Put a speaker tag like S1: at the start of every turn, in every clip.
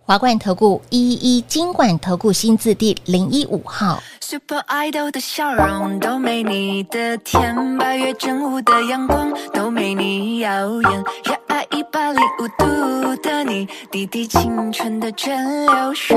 S1: 华冠投顾一一金管投顾新字第零一五号。
S2: Super Idol 的笑容都没你的甜，八月正午的阳光都没你耀眼，热爱一百零五度的你，滴滴青春的蒸馏水。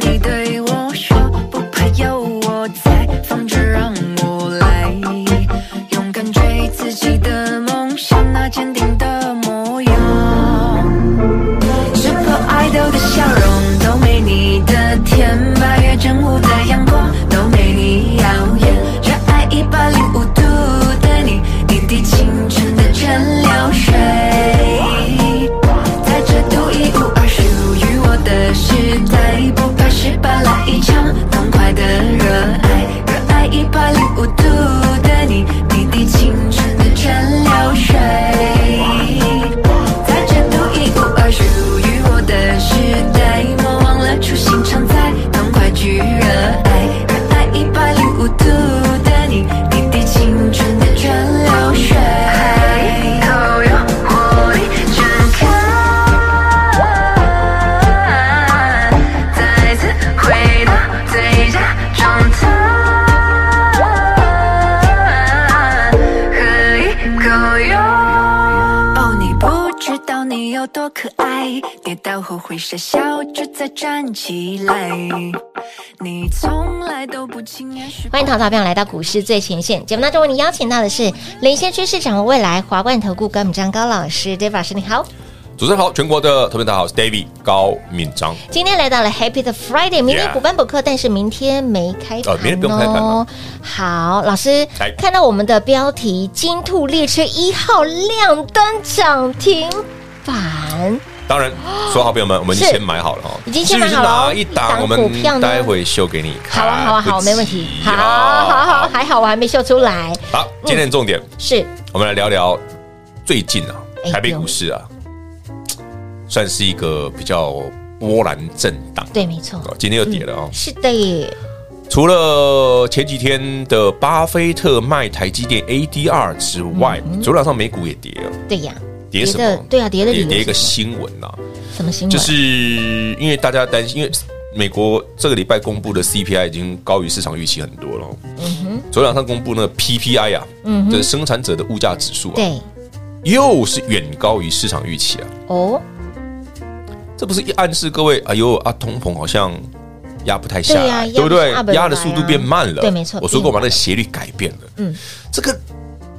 S2: 你对我说不怕，有我在，放着让我来，勇敢追自己的梦想，那坚定的模样。Super Idol 的笑容都没你的甜，八月正午的阳光都没你耀眼，热爱一百零五度的你，滴滴清纯的蒸馏水，在这独一无二属于我的时代，不怕失败来一场痛快的热爱，热爱一百零五度的你，滴滴清纯的蒸馏水。在这独一无二属于我的时代，莫忘了初心常在，痛快去热爱，热爱一百零五度的你，滴滴青春的蒸馏水。都有活力绽开，再次回到最佳状态，喝一口哟。哦，你不知道你有多可爱，跌倒后会傻笑着再站起来。你从来都不轻言失败
S1: 欢迎。投资朋友来到股市最前线节目当中，为你邀请到的是领先趋势掌握未来华冠投顾高敏章高老师，David 老师你好。
S3: 主持人好，全国的特别大家好，我是 David 高敏章。
S1: 今天来到了 Happy 的 Friday，明天
S3: Yeah
S1: 补班补课，但是明天没开盘哦。
S3: 哦明天不用开盘了
S1: 好，老师
S3: 哎
S1: 看到我们的标题“金兔列车一号亮灯涨停板
S3: 当然，所有好朋友们，我们已经
S1: 是
S3: 先买好了哈，
S1: 已经先买好了哦
S3: 至于是哪一
S1: 一档
S3: 档，我
S1: 股票呢
S3: 们待会秀给你”。看。
S1: 好啊，好啊，好，
S3: 不急
S1: 没问题。好，
S3: 哦
S1: 好，好，还好我还没秀出来。
S3: 好，今天的重点，
S1: 是，
S3: 我们来聊聊最近啊
S1: 哎，
S3: 台北股市啊，算是一个比较波澜震荡。
S1: 对，没错，
S3: 哦，今天又跌了哦。
S1: 是的耶。
S3: 除了前几天的巴菲特卖台积电 ADR 之外，昨天晚上美股也跌了，
S1: 对呀，
S3: 跌什
S1: 的
S3: 么？
S1: 对嗯啊，跌的理
S3: 也
S1: 由
S3: 跌一个
S1: 是什
S3: 新闻啊呐、
S1: 么什么新闻？
S3: 就是因为大家担心，因为美国这个礼拜公布的 CPI 已经高于市场预期很多了。嗯昨天晚上公布那个 PPI 啊，嗯，就是生产者的物价指数啊，
S1: 对
S3: 又是远高于市场预期啊。
S1: 哦，
S3: 这不是一暗示各位，哎呦啊，通膨好像压不太下
S1: 对啊
S3: 来，对不对
S1: 压不？下来啊
S3: 压的速度变慢了，
S1: 对没错
S3: 我说过嘛，那斜率改变了。嗯，这个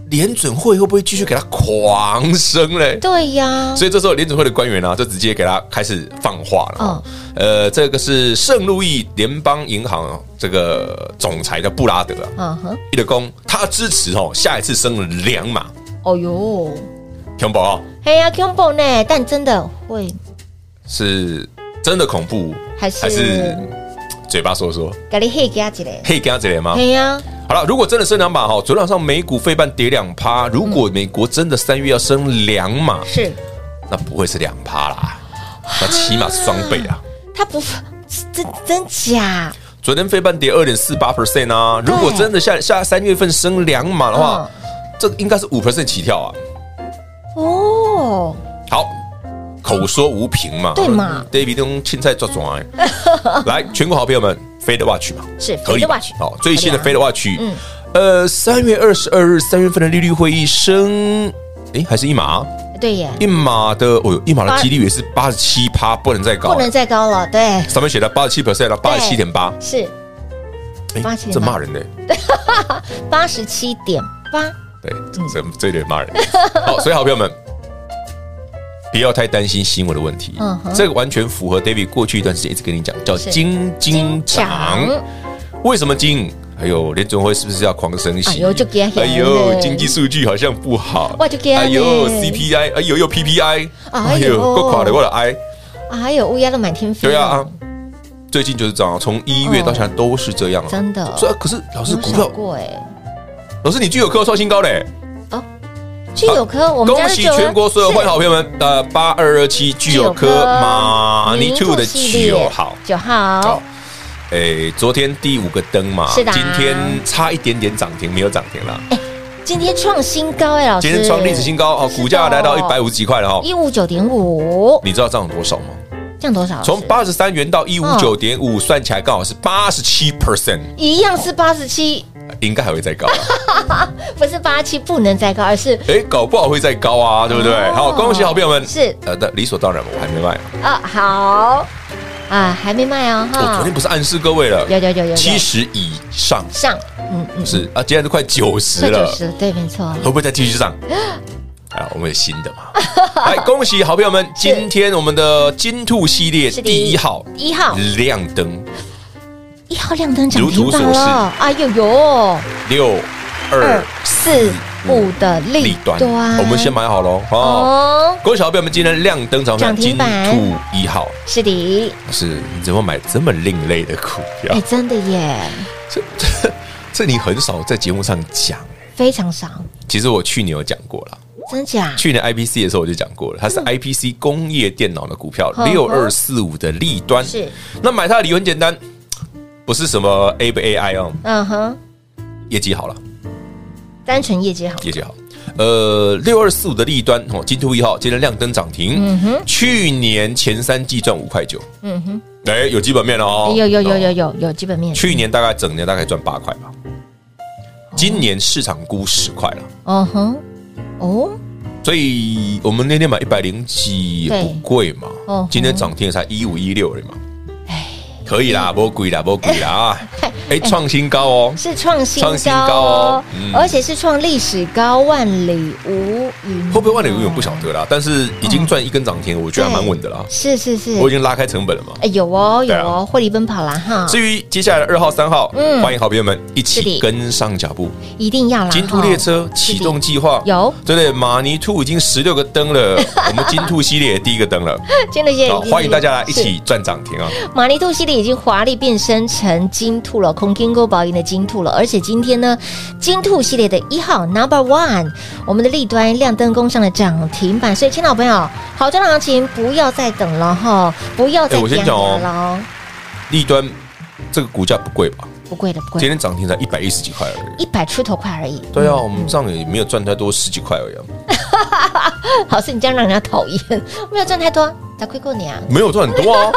S3: 联准会会不会继续给它狂升嘞？
S1: 对呀，
S3: 所以这时候联准会的官员呢、啊就直接给他开始放话了、
S1: 嗯
S3: 哦。呃，这个是圣路易联邦银行哦这个总裁的布拉德啊，
S1: 嗯哼，
S3: 一的工，他支持哦，下一次升了两码，
S1: 哦哟，
S3: 听宝哦，
S1: 哎呀，combo 呢？但真的会
S3: 是真的恐怖
S1: 还是
S3: 嘴巴说说？
S1: 给你黑给他几嘞？
S3: 可以跟他这里吗？
S1: 对呀，
S3: 好了，如果真的升两码哈，昨天晚上美股费半跌两趴，如果美国真的三月要升两码，
S1: 是
S3: 那不会是两趴啦，那起码是双倍啊。
S1: 它不真真假？
S3: 昨天非半跌二点四八 percent 啊，如果真的下下三月份升两码的话，这应该是五 percent 起跳啊。
S1: 哦，
S3: 好，口说无凭嘛，
S1: 对嘛
S3: ？David 用青菜抓抓哎，来，全国好朋友们，Fed Watch 嘛，
S1: 是
S3: 合理
S1: Fed
S3: 吧
S1: Watch，
S3: 好，最新的
S1: 合
S3: Fed Watch，呃，三月二十二日三月份的利率会议升，哎，还是一码啊，
S1: 对耶，
S3: 一码的，哦呦，一码
S1: 八
S3: 的几率也是八十七趴，不能再
S1: 不
S3: 高了
S1: 能。再高了，对，
S3: 上面写的八十七 percent 到八十七点八，
S1: 是
S3: 哎
S1: 87.8
S3: 这骂人的、
S1: 八十七点八，
S3: 对，这这有 点骂人。好，所以好朋友们，不要太担心新闻的问题
S1: 嗯哼，
S3: 这个完全符合 David 过去一段时间一直跟你讲，叫
S1: 是
S3: 金金
S1: 金
S3: 涨
S1: 涨。
S3: 为什么金？哎呦，联准会是不是要狂升息？
S1: 哎呦就给他
S3: 哎
S1: 嫌
S3: 呦
S1: 了
S3: 经济数据好像不好，
S1: 哇就给他
S3: 哎呦
S1: 呢
S3: CPI，哎呦又 PPI，
S1: 哎呦
S3: 够垮了我的 I，
S1: 哎呦，乌鸦都满天飞。
S3: 对啊啊，最近就是这样，啊从一月到现在都是这样啊，
S1: 真的
S3: 所以可是老师
S1: 有
S3: 股
S1: 想
S3: 票，
S1: 过哎，
S3: 老师你具有科创新高嘞，
S1: 具有科，我们
S3: 恭
S1: 家的
S3: 喜
S1: 九儿
S3: 全国所有会好朋友们，呃，八二二七具有科马尼兔的九号。
S1: 九
S3: 哦好
S1: 号，，
S3: 诶，昨天第五个灯嘛，
S1: 是的啊
S3: 今天差一点点涨停，没有涨停了。
S1: 今天创新高哎，老师，
S3: 今天创历史新高哦，股价来到一百五十几块了哈。
S1: 一五九点五，
S3: 你知道涨了多少吗？
S1: 降多少？
S3: 从
S1: 老师嗯
S3: 八十三元到一五九点五，算起来刚好是八十七 percent，
S1: 一样是八十七，
S3: 应该还会再高 啊。
S1: 不是八七不能再高，而是
S3: 哎，搞不好会再高啊，对不对？
S1: 哦
S3: 好，恭喜好朋友们。
S1: 是
S3: 呃，那理所当然嘛，我还没卖。哦
S1: 啊好啊还没卖哦
S3: 我昨
S1: 哈
S3: 天，不是暗示各位了，
S1: 有有有有有
S3: 七十以上
S1: 上，嗯嗯，
S3: 是啊，今天都快九十
S1: 快九
S3: 了，
S1: 十，对，没错，
S3: 会不会再继 续上？啊，我们有新的嘛？ 来，恭喜好朋友们！今天我们的金兔系列
S1: 是
S3: 第一号
S1: 一号
S3: 亮灯
S1: 一号亮灯涨
S3: 如图
S1: 停板
S3: 所示
S1: 了，哎呦呦，
S3: 六二
S1: 二四五的
S3: 立
S1: 立
S3: 端
S1: 端，，
S3: 我们先买好喽哦！
S1: 哦，
S3: 恭喜好朋友们，今天亮灯涨停
S1: 涨
S3: 板金
S1: 停板
S3: 兔一号
S1: 是的，
S3: 是？你怎么买这么另类的股票
S1: 哎，？真的耶，
S3: 这这这你很少在节目上讲。
S1: 非常少，
S3: 其实我去年有讲过了。
S1: 真假？
S3: 去年 IPC 的时候我就讲过了，它是 IPC 工业电脑的股票
S1: 嗯呵呵
S3: 六二四五的立端。
S1: 是，
S3: 那买它的理由很简单，不是什么 A 不 AI 哦，
S1: 嗯哼，
S3: 业绩好了，
S1: 单纯业绩好，
S3: 业绩好。呃，六二四五的立端哦，金兔一号今天亮灯涨停，去年前三季赚五块九，
S1: 嗯哼，
S3: 哎，有基本面了哦，
S1: 有有有有
S3: 哦。
S1: 有有基本面，
S3: 去年大概整年大概赚八块吧，今年市场估十块了。
S1: 嗯哼，哦，
S3: 所以我们那天买一百零几
S1: 对
S3: 不贵嘛
S1: 哦，哎
S3: 今天涨停才一五一六而已嘛，可以啦，不贵啦，不贵 啦啊！哎，创新高哦，
S1: 是创新
S3: 创新
S1: 高
S3: 高哦
S1: 哦
S3: 嗯，
S1: 而且是创历史高，万里无云，
S3: 会不会万里无云不晓？得啦，但是已经赚一根涨停，我觉得还蛮稳的啦，
S1: 是是是，
S3: 我已经拉开成本了嘛。
S1: 哎哎有哦有
S3: 对啊
S1: 哦，获利奔跑啦哈，
S3: 至于接下来的二号、三号，
S1: 嗯
S3: 欢迎好朋友们一
S1: 是
S3: 起
S1: 的
S3: 跟上脚步。
S1: 一定要啦，
S3: 金兔
S1: 哈
S3: 列车启动计划
S1: 有
S3: 对不对？马尼兔已经十六个 灯了，我们金兔系列也第一个灯了，
S1: 真的耶
S3: 好，欢迎大家来一。
S1: 是
S3: 起赚涨停啊！
S1: 马尼兔系列已经华丽变身成金兔了，空金钩宝盈的金兔了。而且今天呢，金兔系列的一号 Number One，我们的立端亮灯攻上了涨停板。所以，亲老朋友，好赚的行情不要再等了哈，不要再
S3: 哎我先
S1: 等
S3: 讲哦
S1: 了哦，
S3: 立端这个股价不贵吧？
S1: 不贵的，不
S3: 今
S1: 贵，
S3: 天涨停才一百一十几块而已。
S1: 一百出头块而已。
S3: 对啊，我们这样也没有赚太多，十几块而已、啊，
S1: 老师，你这样让人家讨厌，没有赚太多，才亏过你啊。
S3: 没有赚很 多啊。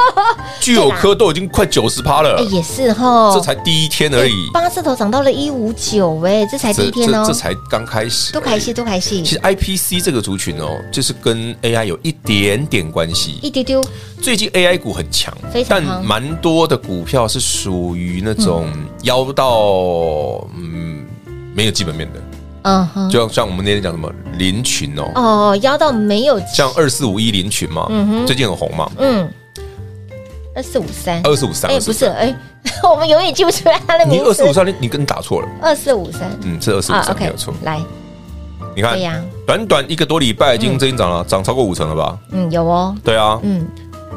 S3: 聚友科都已经快九十趴了
S1: 哎，，也是哈，
S3: 呃这才第一天而已
S1: 哎，八字头涨到了一五九，哎，这才第一
S3: 这
S1: 天
S3: 这
S1: 哦
S3: 这，才刚开始，
S1: 多开心，。多开心
S3: 其，实 IPC 这个族群哦，就是跟 AI 有一点点关系。
S1: 一丢丢，
S3: 最近 AI 股很强
S1: 非，常
S3: 但
S1: 夯嗯
S3: 蛮多的股票是属于那种妖到嗯没有基本面的，
S1: 嗯哼。
S3: 就像像我们那天讲什么林群哦，
S1: 哦，腰到没有，
S3: 像二四五一林群嘛
S1: 嗯，哼
S3: 最近很红嘛，
S1: 嗯，二四五三，
S3: 二四五三，
S1: 哎，不是，哎， 我们永远记不出来他的
S3: 你
S1: 名字。
S3: 二四五，三，你你跟打错了，
S1: 二四五三
S3: 嗯，是二四五
S1: 啊
S3: 三没有错。哎
S1: 来，
S3: 你看
S1: 对呀，
S3: 短短一个多礼拜，已经最近涨了，涨超过五成了吧？
S1: 嗯，有哦，
S3: 对啊，
S1: 嗯，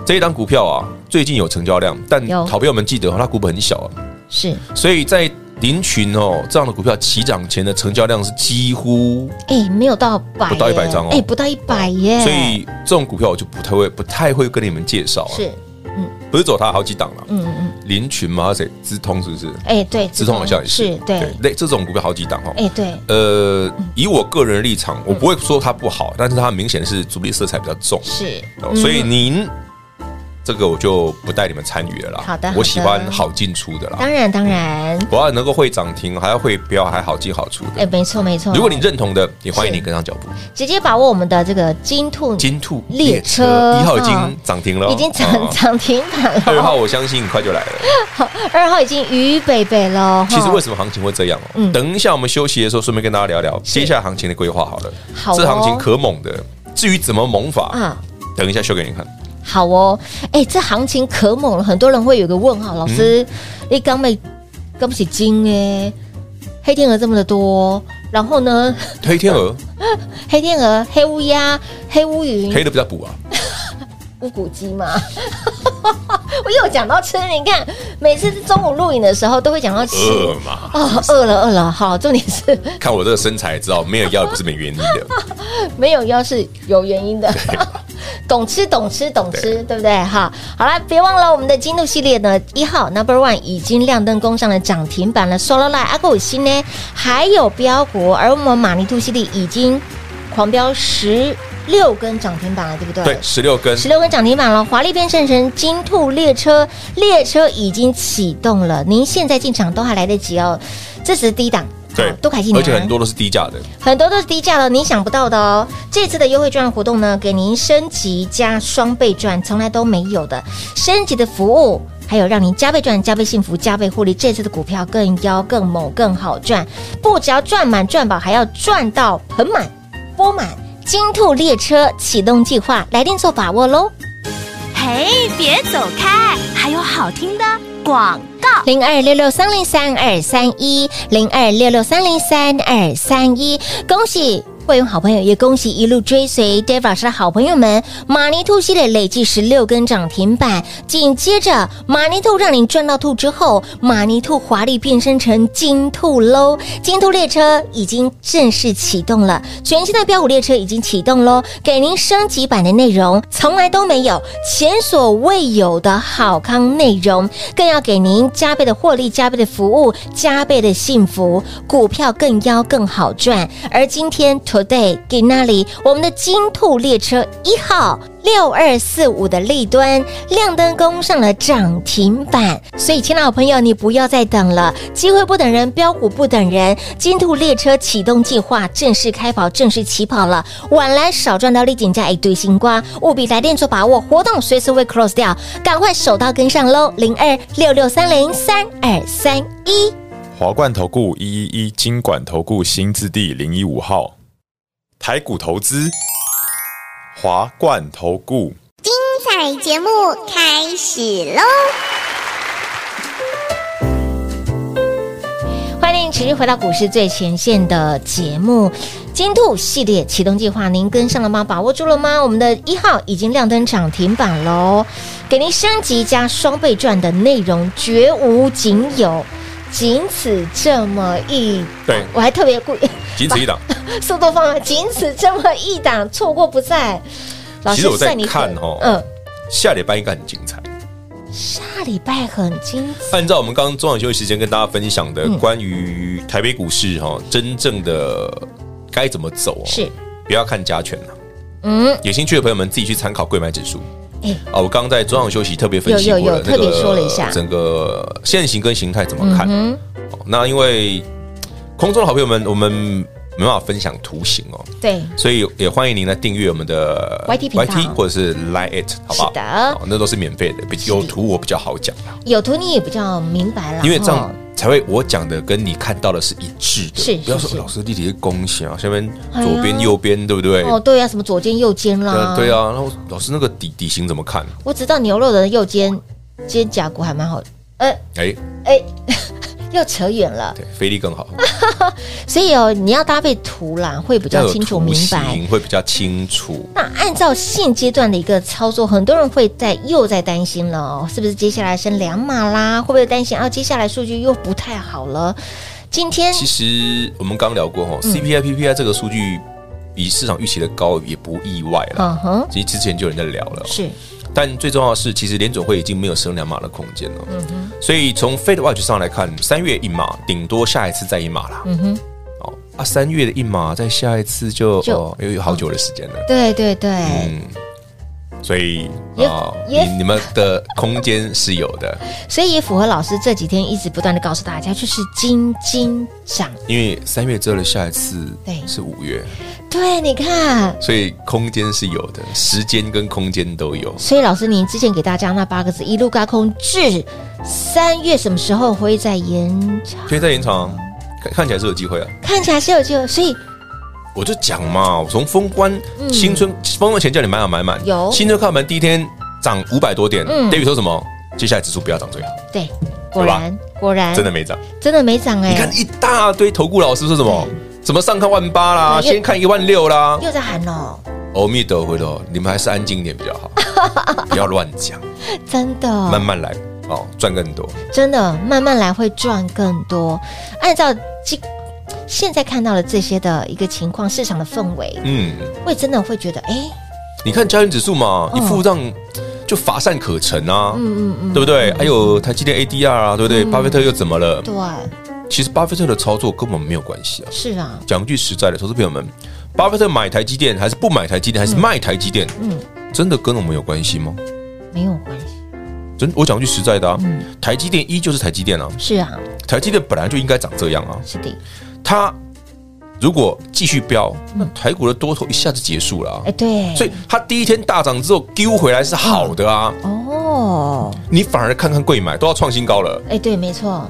S3: 这一档股票啊，最近有成交量，但
S1: 有
S3: 好朋友们记得哦，它股本很小啊，
S1: 是，
S3: 所以在林群哦这样的股票起涨前的成交量是几乎，
S1: 哎，没有到百耶，
S3: 不到100张哦
S1: 哎，不到一百耶，
S3: 所以这种股票我就不太会不太会跟你们介绍啊，
S1: 是，
S3: 不是走它好几档了，
S1: 嗯嗯嗯，
S3: 林群嘛，还有谁？资通是不是？
S1: 哎，对，
S3: 资通好像也是
S1: 是，，对，
S3: 类这种股票好几档哦，
S1: 哎，对，
S3: 呃，以我个人的立场，我不会说它不好，但是它明显是主力色彩比较重，
S1: 是嗯
S3: 哦，所以您这个我就不带你们参与了啦。
S1: 好的好的
S3: 我喜欢好进出的啦，
S1: 当然当然，
S3: 我要能够会涨停，还要会标，还好进好出
S1: 哎，
S3: 的。
S1: 没错没错。
S3: 如果你认同的，也欢迎你
S1: 是
S3: 跟上脚步。
S1: 直接把握我们的这个金兔，
S3: 金兔
S1: 列车
S3: 一号已
S1: 哦
S3: 经涨停了哦，
S1: 已经
S3: 哦
S1: 涨涨停板
S3: 二
S1: 了，
S3: 号我相信很快就来了。
S1: 二号已经鱼北北了。
S3: 其实
S1: 哈
S3: 为什么行情会这样哦
S1: 嗯？
S3: 等一下我们休息的时候，顺便跟大家聊聊接下来行情的规划好了。
S1: 好哦
S3: 这行情可猛的，至于怎么猛法，
S1: 啊，
S3: 等一下秀给你看。
S1: 好
S3: 嗯
S1: 哦，哎，这行情可猛了，很多人会有个问号，老师，你刚没刚不起金哎，黑天鹅这么的多，然后呢，
S3: 黑天鹅
S1: 黑天鹅、黑乌鸦、黑乌云、
S3: 黑的比较补啊，
S1: 乌骨鸡嘛。 我又讲到吃，你看每次中午录影的时候都会讲到吃。
S3: 饿嘛。
S1: 哦，饿了饿了，好，重点是
S3: 呃看我这个身材，知道没有药不是没原因的。
S1: 没有腰是有原因的。
S3: 啊
S1: 懂吃懂吃懂吃，对不对？哈，好了，别忘了我们的金鹿系列呢，一号 Number One 已经亮灯攻上了涨停板了，Solo Line 阿狗新呢，还有标股，而我们马尼兔系列已经狂飙十六根涨停板了，对不 对？
S3: 对，十六根
S1: 十六根涨停板了，华丽变圣城金兔列车，列车已经启动了，您现在进场都还来得及哦，这只是低档，啊
S3: 对
S1: 好都凯进来，
S3: 而且很多都是低价的，
S1: 很多都是低价了，你想不到的哦。这次的优惠券活动呢，给您升级加双倍赚，从来都没有的升级的服务。还有让您加倍赚、加倍幸福、加倍获利，这次的股票更妖、更猛、更好赚，不只要赚满赚饱，还要赚到盆满钵满。金兔列车启动计划，来电做把握喽！
S4: 嘿，别走开，还有好听的广告。
S1: 零二六六三零三二三一，零二六六三零三二三一，恭喜。会员好朋友，也恭喜一路追随 Dave 老师的好朋友们，马尼兔系列累计十六根涨停板。紧接着，马尼兔让你赚到兔之后，马尼兔华丽变身成金兔喽！金兔列车已经正式启动了，全新的标股列车已经启动喽，给您升级版的内容，从来都没有前所未有的好康内容，更要给您加倍的获利、加倍的服务、加倍的幸福，股票更妖更好赚。而今天 today 给那里，我们的金兔列车一号。六二四五的立端亮灯攻上了涨停板，所以亲爱的好朋友，你不要再等了，机会不等人，标股不等人，金兔列车启动计划正式开跑，正式起跑了，晚来少赚到立减价一堆新瓜，务必来电做把握，活动随时会 close 掉，赶快手到跟上喽，零二六六三零三二三一。
S5: 华冠投顾一一一金管投顾新字第零一五号，台股投资，华冠投顾。
S6: 彩节目开始喽！
S1: 欢迎持续回到股市最前线的节目。金兔系列启动计划，您跟上了吗？把握住了吗？我们的一号已经亮灯涨停板喽，给您升级加双倍赚的内容，绝无仅有，仅此这么一。
S3: 对，
S1: 我还特别故意
S3: 仅此一档。
S1: 速度放慢，仅此这么一档，错过不再。老
S3: 其实
S1: 师
S3: 我在
S1: 算你
S3: 看
S1: 狠
S3: 哦
S1: 嗯，
S3: 下礼拜应该很精彩。
S1: 下礼拜很精彩，
S3: 按照我们刚刚中场休息时间跟大家分享的关于台北股市哈、真正的该怎么走哦，
S1: 是，
S3: 不要看加权了。
S1: 嗯，
S3: 有兴趣的朋友们自己去参考贵买指数。
S1: 哎
S3: 啊，我刚刚在中场休息特别分析
S1: 有
S3: 过
S1: 有有
S3: 了那个
S1: 特别说了一下
S3: 整个现行跟形态怎么
S1: 嗯
S3: 看。
S1: 哼，
S3: 哦那因为空中的好朋友们，我们没办法分享图形哦，
S1: 对，
S3: 所以也欢迎您来订阅我们的
S1: YT 频道
S3: 或者是 Line It，好不好？
S1: 是的
S3: 哦那都是免费的，比有图我比较好讲啦，
S1: 有图你也比较明白了，
S3: 因为这
S1: 哦
S3: 样才会我讲的跟你看到的是一致的。
S1: 是
S3: 不要说
S1: 是是
S3: 老师弟弟是弓形啊，下面
S1: 哎呀
S3: 左边右边对不对？
S1: 哦，对啊，什么左肩右肩啦，
S3: 呃对，啊，然后老师那个底底型怎么看？
S1: 我只知道牛肉的右肩肩胛骨还蛮好，呃，
S3: 哎，
S1: 哎， 又扯远了，
S3: 对，菲力更好，
S1: 所以哦，你要搭配图啦，会 比较
S3: 有
S1: 清楚
S3: 图
S1: 明白。
S3: 形会比较清楚。
S1: 那按照现阶段的一个操作，很多人会在又在担心了哦，是不是接下来升两码啦？会不会担心啊？接下来数据又不太好了？今天
S3: 其实我们刚聊过
S1: 嗯
S3: 哈、c p i PPI 这个数据比市场预期的高，也不意外了。
S1: 嗯哼，
S3: 其实之前就有人在聊了，
S1: 是
S3: 但最重要的是，其实联准会已经没有升两码的空间了。
S1: 嗯
S3: 所以从 Fed Watch 上来看，三月一码，顶多下一次再一码啦。嗯哼，哦啊，三月的一码，再下一次就
S1: 就
S3: 哦，又有好久的时间了。
S1: 对对对，
S3: 嗯，所以
S1: 也
S3: 啊，
S1: 也
S3: 你你们的空间是有的，
S1: 所以也符合老师这几天一直不断的告诉大家，就是金金涨。
S3: 因为三月之后的下一次
S1: 对
S3: 是五月，
S1: 对，你看，
S3: 所以空间是有的，时间跟空间都有。
S1: 所以老师，您之前给大家那八个字“一路高空”，至三月什么时候会再延长？
S3: 所以在延长看看起来是有机会啊。
S1: 看起来是有机会，所以
S3: 我就讲嘛，我从封关新春封关前叫你买满买满，
S1: 嗯有
S3: 新春开门第一天涨五百多点
S1: 嗯
S3: ，David 说什么？接下来指数不要涨最好，
S1: 对，果然果然
S3: 真的没涨。
S1: 真的没涨哎、
S3: 你看一大堆投顾老师说什么？什么上看万八啦，
S1: 对又
S3: 先看一万六啦。
S1: 又在喊哦，
S3: 阿弥陀佛的，你们还是安静一点 比较好，不要乱讲，
S1: 哦真的，
S3: 慢慢来哦，赚更多。
S1: 真的慢慢来会赚更多。按照这现在看到了这些的一个情况，市场的氛围，
S3: 嗯，
S1: 会真的会觉得，哎、
S3: 你看加权指数嘛，
S1: 嗯
S3: 一付账就乏善可陈啊，对不对？还有台积电 ADR 啊，对不对？巴菲特又怎么了？
S1: 嗯对，啊
S3: 其实巴菲特的操作跟我们没有关系啊。
S1: 是啊，
S3: 讲句实在的，投资朋友们，巴菲特买台积电还是不买台积电，还是卖台积电，
S1: 嗯
S3: 真的跟我们有关系吗？
S1: 没有关系，
S3: 真，我讲句实在的啊，
S1: 嗯
S3: 台积电依旧是台积电啊，
S1: 是啊，
S3: 台积电本来就应该长这样啊。
S1: 是的，
S3: 它如果继续飙，那台股的多头一下子结束了、啊
S1: 嗯哎、。对，
S3: 所以它第一天大涨之后丢回来是好的啊，
S1: 哦，
S3: 你反而看看贵买都要创新高了，
S1: 哎、对，没错，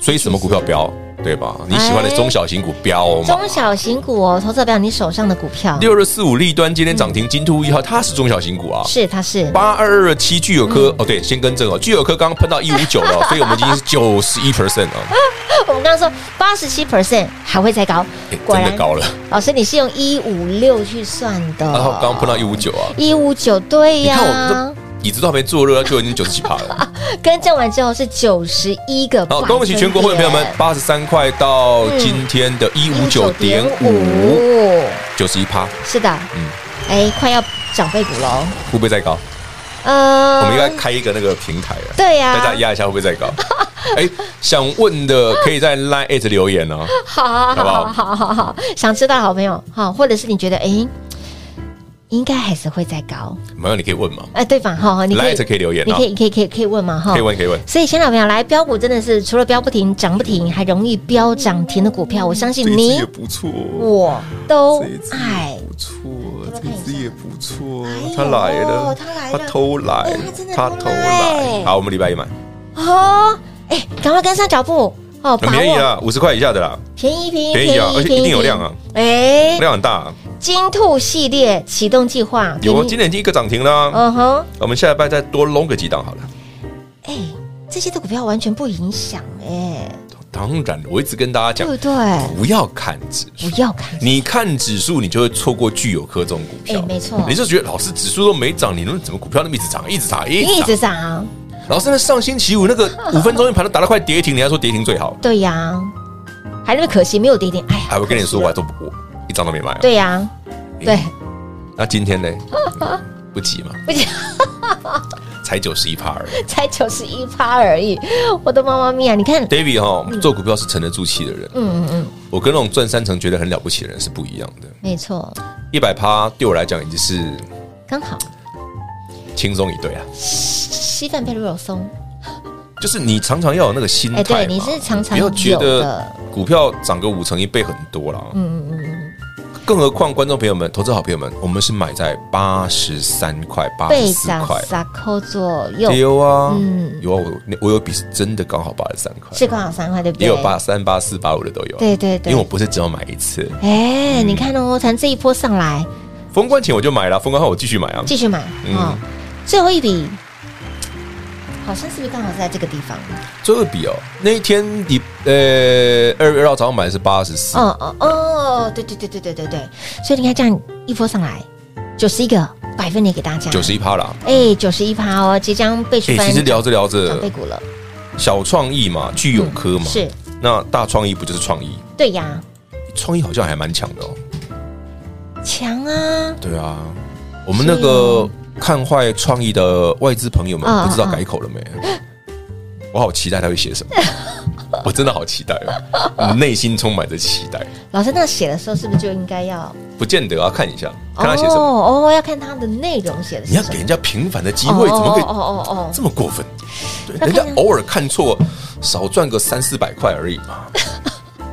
S3: 所以什么股票飙，对吧？你喜欢的中小型股飙嘛？
S1: 哎中小型股哦，投资表你手上的股票
S3: 六二四五立端今天涨停，金兔一号它是中小型股啊。
S1: 是嗯它是
S3: 八二二七聚友科、哦，对，先更正哦，聚友科刚刚喷到一五九 了哦，所以我们已经是九十一 percent 哦，
S1: 我们刚刚说八十七 percent 还会再高
S3: 哎，
S1: 果
S3: 真
S1: 然
S3: 的高了。
S1: 老师你是用一五六去算的，
S3: 然后刚刚喷到一五九啊，
S1: 一五九，对哎
S3: 你
S1: 呀、
S3: 看我这椅子都还没坐热，就已经九十几趴 了。
S1: 更正完之后是九十一个，
S3: 好，恭喜全国会员朋友们，八十三块到今天的一五九点五，
S1: 五，
S3: 九十一趴，
S1: 是的，
S3: 嗯
S1: 哎，快要长辈股喽，
S3: 会不会再高？
S1: 呃，
S3: 我们应该开一个那个平台啊，
S1: 对呀
S3: 大家压一下会不会再高？ 哎，想问的可以在 Line at 留言哦。
S1: 好
S3: 好不
S1: 好
S3: 好
S1: 好好好，想知道的好朋友好，或者是你觉得哎，应该还是会再高，
S3: 没有，你可以问嘛，
S1: 哎，对吧？哈，你可以
S3: Line at 可以留言
S1: 你
S3: 啊
S1: 可，以可哦以可以可以问嘛哈，
S3: 可以问可以问。
S1: 所以，新老朋友来标股真的是除了标不停、涨不停，还容易标涨停的股票，我相信你
S5: 不错，
S1: 我都爱。
S5: 不错，
S1: 要不要看一下这一只也
S5: 不错
S1: 哎呦他来了他来了他
S5: 偷来
S1: 哎他真的他偷偷来来
S3: 好，我们礼拜一买，
S1: 哦，哎、赶快跟上脚步哦，
S3: 很
S1: 把
S3: 便宜
S1: 握
S3: 啊，五十块以下的啦，
S1: 便宜便宜
S3: 便宜啊而且一定有量啊！
S1: 哎、
S3: 量很大啊，
S1: 金兔系列启动计划
S3: 有
S1: 给
S3: 啊，
S1: 你
S3: 今天已经一个涨停啦。
S1: 嗯哼，
S3: 我们下礼拜再多弄个几档好了。
S1: 哎、这些的股票完全不影响哎、
S3: 当然，我一直跟大家
S1: 对不，
S3: 讲
S1: 对？
S3: 不要看指数。
S1: 不要看，
S3: 你看指数，你就会错过具有科这种股票，
S1: 哎没错
S3: 你就觉得老师指数都没涨，你那怎么股票那么一直涨，一直涨，一
S1: 一
S3: 直
S1: 直啊
S3: 涨？
S1: 涨，
S3: 老师，那上星期五那个五分钟一盘都打到快跌停，你还说跌停最好？
S1: 对呀、还那么可惜没有跌点，哎呀，
S3: 哎，我跟你说，我
S1: 可
S3: 还
S1: 惜了
S3: 都我一张都没买啊。
S1: 对呀、 对
S3: 哎，那 今天呢？不急嘛，
S1: 不急，
S3: 才九十一趴而已。
S1: 才九十一趴而已，我的妈妈咪啊呀，你看，
S3: David 哈，做股票是沉得住气的人。啊
S1: 嗯嗯嗯，
S3: 我跟那种赚三成觉得很了不起的人是不一样的。
S1: 没错，
S3: 一百趴对我来讲已经是
S1: 刚好
S3: 轻松一对啊，
S1: 稀饭配肉松，
S3: 就是你常常要有那个心态
S1: 哎
S3: 嘛。
S1: 对你是常常
S3: 不要觉
S1: 有
S3: 得
S1: 的
S3: 股票涨个五成一倍很多啦。嗯嗯嗯。更何况观众朋友们、投资好朋友们，我们是买在八十三块、八十
S1: 背
S3: 四
S1: 长
S3: 块。
S1: 撒扣左右，
S3: 有啊，
S1: 嗯
S3: 有啊，我我有笔是真的刚好八十三块，
S1: 是刚好三块，对不对？
S3: 也有八三八四八五的都有。啊
S1: 对对对
S3: 因为我不是只有买一次，
S1: 哎，你看哦，从这一波上来，
S3: 封关前我就买了，封关后我继续买啊。
S1: 继续买
S3: 嗯
S1: 哦，最后一笔好像是不是刚好在这个地方？
S3: 最后一笔哦，那一天你呃二月二号早上买的是八十四，
S1: 哦哦哦，对对对对对对对，所以你看这样一波上来，九十一个百分点给大家，
S3: 九十一趴啦。
S1: 哎，九十一趴哦，即将倍数
S3: 哎、
S1: 翻
S3: 其实聊着聊
S1: 长
S3: 着
S1: 辈，股了，嗯
S3: 小创意嘛，具有科嘛，
S1: 是
S3: 那大创意不就是创意？
S1: 对呀，
S3: 创意好像还蛮强的哦。
S1: 强啊，
S3: 对啊，我们那个看坏创意的外资朋友们
S1: 嗯，
S3: 不知道
S1: 嗯嗯嗯
S3: 改口了没？ 我好期待他会写什么，我真的好期待哦，我内心充满着期待。
S1: 老师那写的时候是不是就应该要？
S3: 不见得啊，看一下，看他写什么。
S1: 哦哦，要看他的内容写的是
S3: 你要
S1: 什
S3: 给
S1: 么。
S3: 人家平凡的机会，怎么
S1: 哦
S3: 可以
S1: 哦哦哦
S3: 这么过分？对，
S1: 那看
S3: 人家
S1: 看
S3: 偶尔看错，少赚个三四百块而已 嘛。
S1: 哦，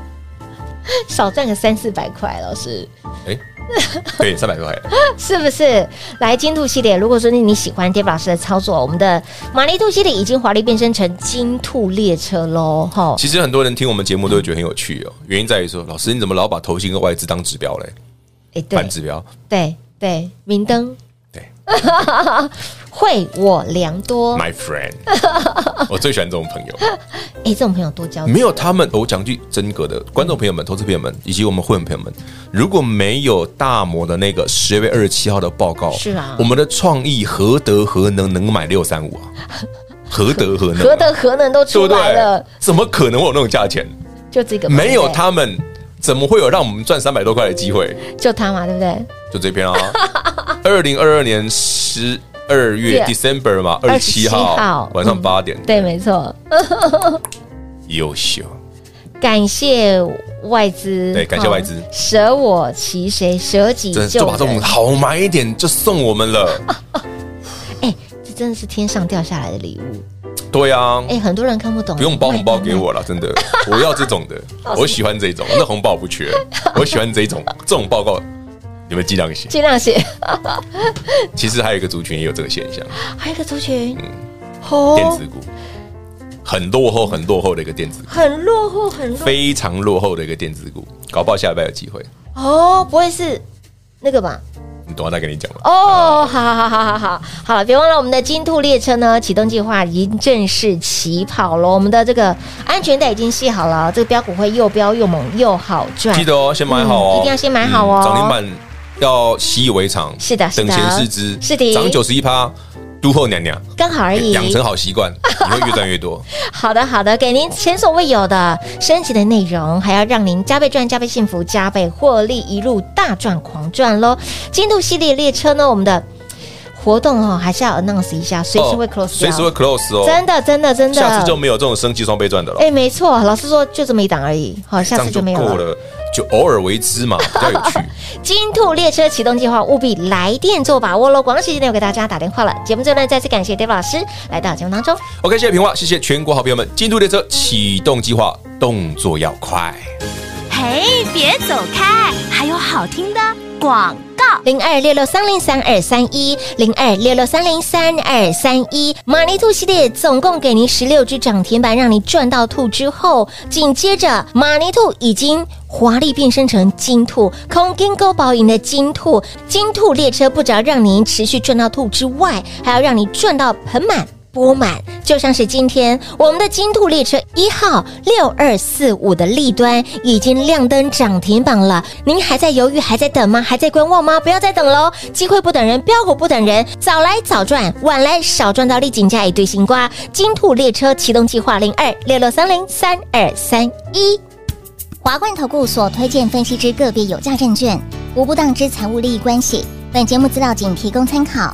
S1: 少赚个三四百块，老师
S3: 哎，对，三百块，
S1: 是不是？来金兔系列，如果说你喜欢 Dave 老师的操作，我们的马尼兔系列已经华丽变身成金兔列车喽，哈，
S3: 其实很多人听我们节目都会觉得很有趣哦。原因在于说，老师你怎么老把投信跟外资当指标嘞？
S1: 哎，
S3: 反
S1: 对
S3: 指标，
S1: 对对，明灯，
S3: 对，
S1: 惠我良多。
S3: My friend，我最喜欢这种朋友。
S1: 哎，这种朋友多交
S3: 没有他们，我讲句真格的，观众朋友们、投资朋友们以及我们会员朋友们，如果没有大摩的那个十月二十七号的报告，
S1: 是啊
S3: 我们的创意何德何能能买六 三五啊？何德何能、啊？
S1: 何德何能都
S3: 对
S1: 出
S3: 不对
S1: 来了，？
S3: 怎么可能会有那种价钱？
S1: 就这个嘛
S3: 没有，
S1: 对
S3: 他们，怎么会有让我们赚三百多块的机会？
S1: 不对就他嘛，对不对？
S3: 就 这篇啊，二零二二年十二月
S1: 月
S3: December 嘛，二十七号
S1: 27号嗯
S3: 晚上八点，
S1: 对，没错。
S3: 优秀，
S1: 感谢外资，
S3: 对感谢
S1: 哈
S3: 外资
S1: 舍我其谁，舍己
S3: 真的就
S1: 救
S3: 把这种
S1: 人。
S3: 好买一点就送我们了。
S1: 哎，这真的是天上掉下来的礼物。
S3: 对啊，
S1: 哎，很多人看不懂，
S3: 嗯不用包红包给
S1: 我。
S3: 我了，真的，我要 这种的，我喜欢这种，那红包我不缺，我喜欢这种，这种报告你们尽量写。
S1: 啊尽量写。
S3: 其实还有一个族群也有这个现象，
S1: 还有一个族群，哦，
S3: 电子股很落后，很落后的一个电子股，
S1: 很落后，很落
S3: 非常落后的一个电子股，搞不好下礼拜有机会，
S1: 哦，不会是那个吧？
S3: 你等我再跟你讲了。
S1: 哦，好好好好好好，好了，别忘了我们的金兔列车呢，启动计划已经正式起跑了，我们的这个安全带已经系好了，这个标股会又标又猛又好赚，
S3: 记得哦，先买好哦，
S1: 啊嗯一定要先买好哦
S3: 涨停板要习以为常，
S1: 是的是
S3: 等
S1: 的
S3: 闲视之，
S1: 是的哎
S3: 涨九十一趴，都后娘娘，
S1: 刚好而已。
S3: 养成好习惯，你会越赚越多。
S1: 好的，好的，给您前所未有的升级的内容，还要让您加倍赚、加倍幸福、加倍获利，一路大赚狂赚喽！金兔系列列车呢，我们的活动哦，还是要 announce 一 下，随时会 close
S3: 哦随
S1: 掉，
S3: 时会 close 哦，
S1: 真的，真的，真的，
S3: 下次就没有这种升级双倍赚的了。
S1: 哎，没错，老师说就这么一档而已，好，
S3: 这
S1: 下
S3: 样
S1: 次就没有
S3: 够
S1: 了。
S3: 了，就偶尔为之嘛，比较有 趣。
S1: 金兔列车启动计划务必来电做把握喽！广告时间内有给大家打电话了。节目最后呢，再次感谢 David 老师来到节目当中。
S3: OK，谢谢平话，谢谢全国好朋友们。京都列车启动计划，动作要快。
S4: 嘿，别走开，还有好听的广告。
S1: 零二六六三零三二三一零二六六三零三二三一。马尼兔系列总共给您十六只涨停板，让你赚到吐之后，紧接着马尼兔已经。华丽变身成金兔，空金钩宝盈的金兔，金兔列车不只要让您持续赚到兔之外，还要让你赚到盆满钵满，就像是今天我们的金兔列车一号六二四五的立端已经亮灯涨停榜了，您还在犹豫、还在等吗？还在观望吗？不要再等喽，机会不等人，标股不等人，早来早赚，晚来少赚到立井价一堆新瓜。金兔列车启动计划零二六六三零三二三一。
S6: 华冠投顾所推荐分析之个别有价证券，无不当之财务利益关系。本节目资料仅提供参考，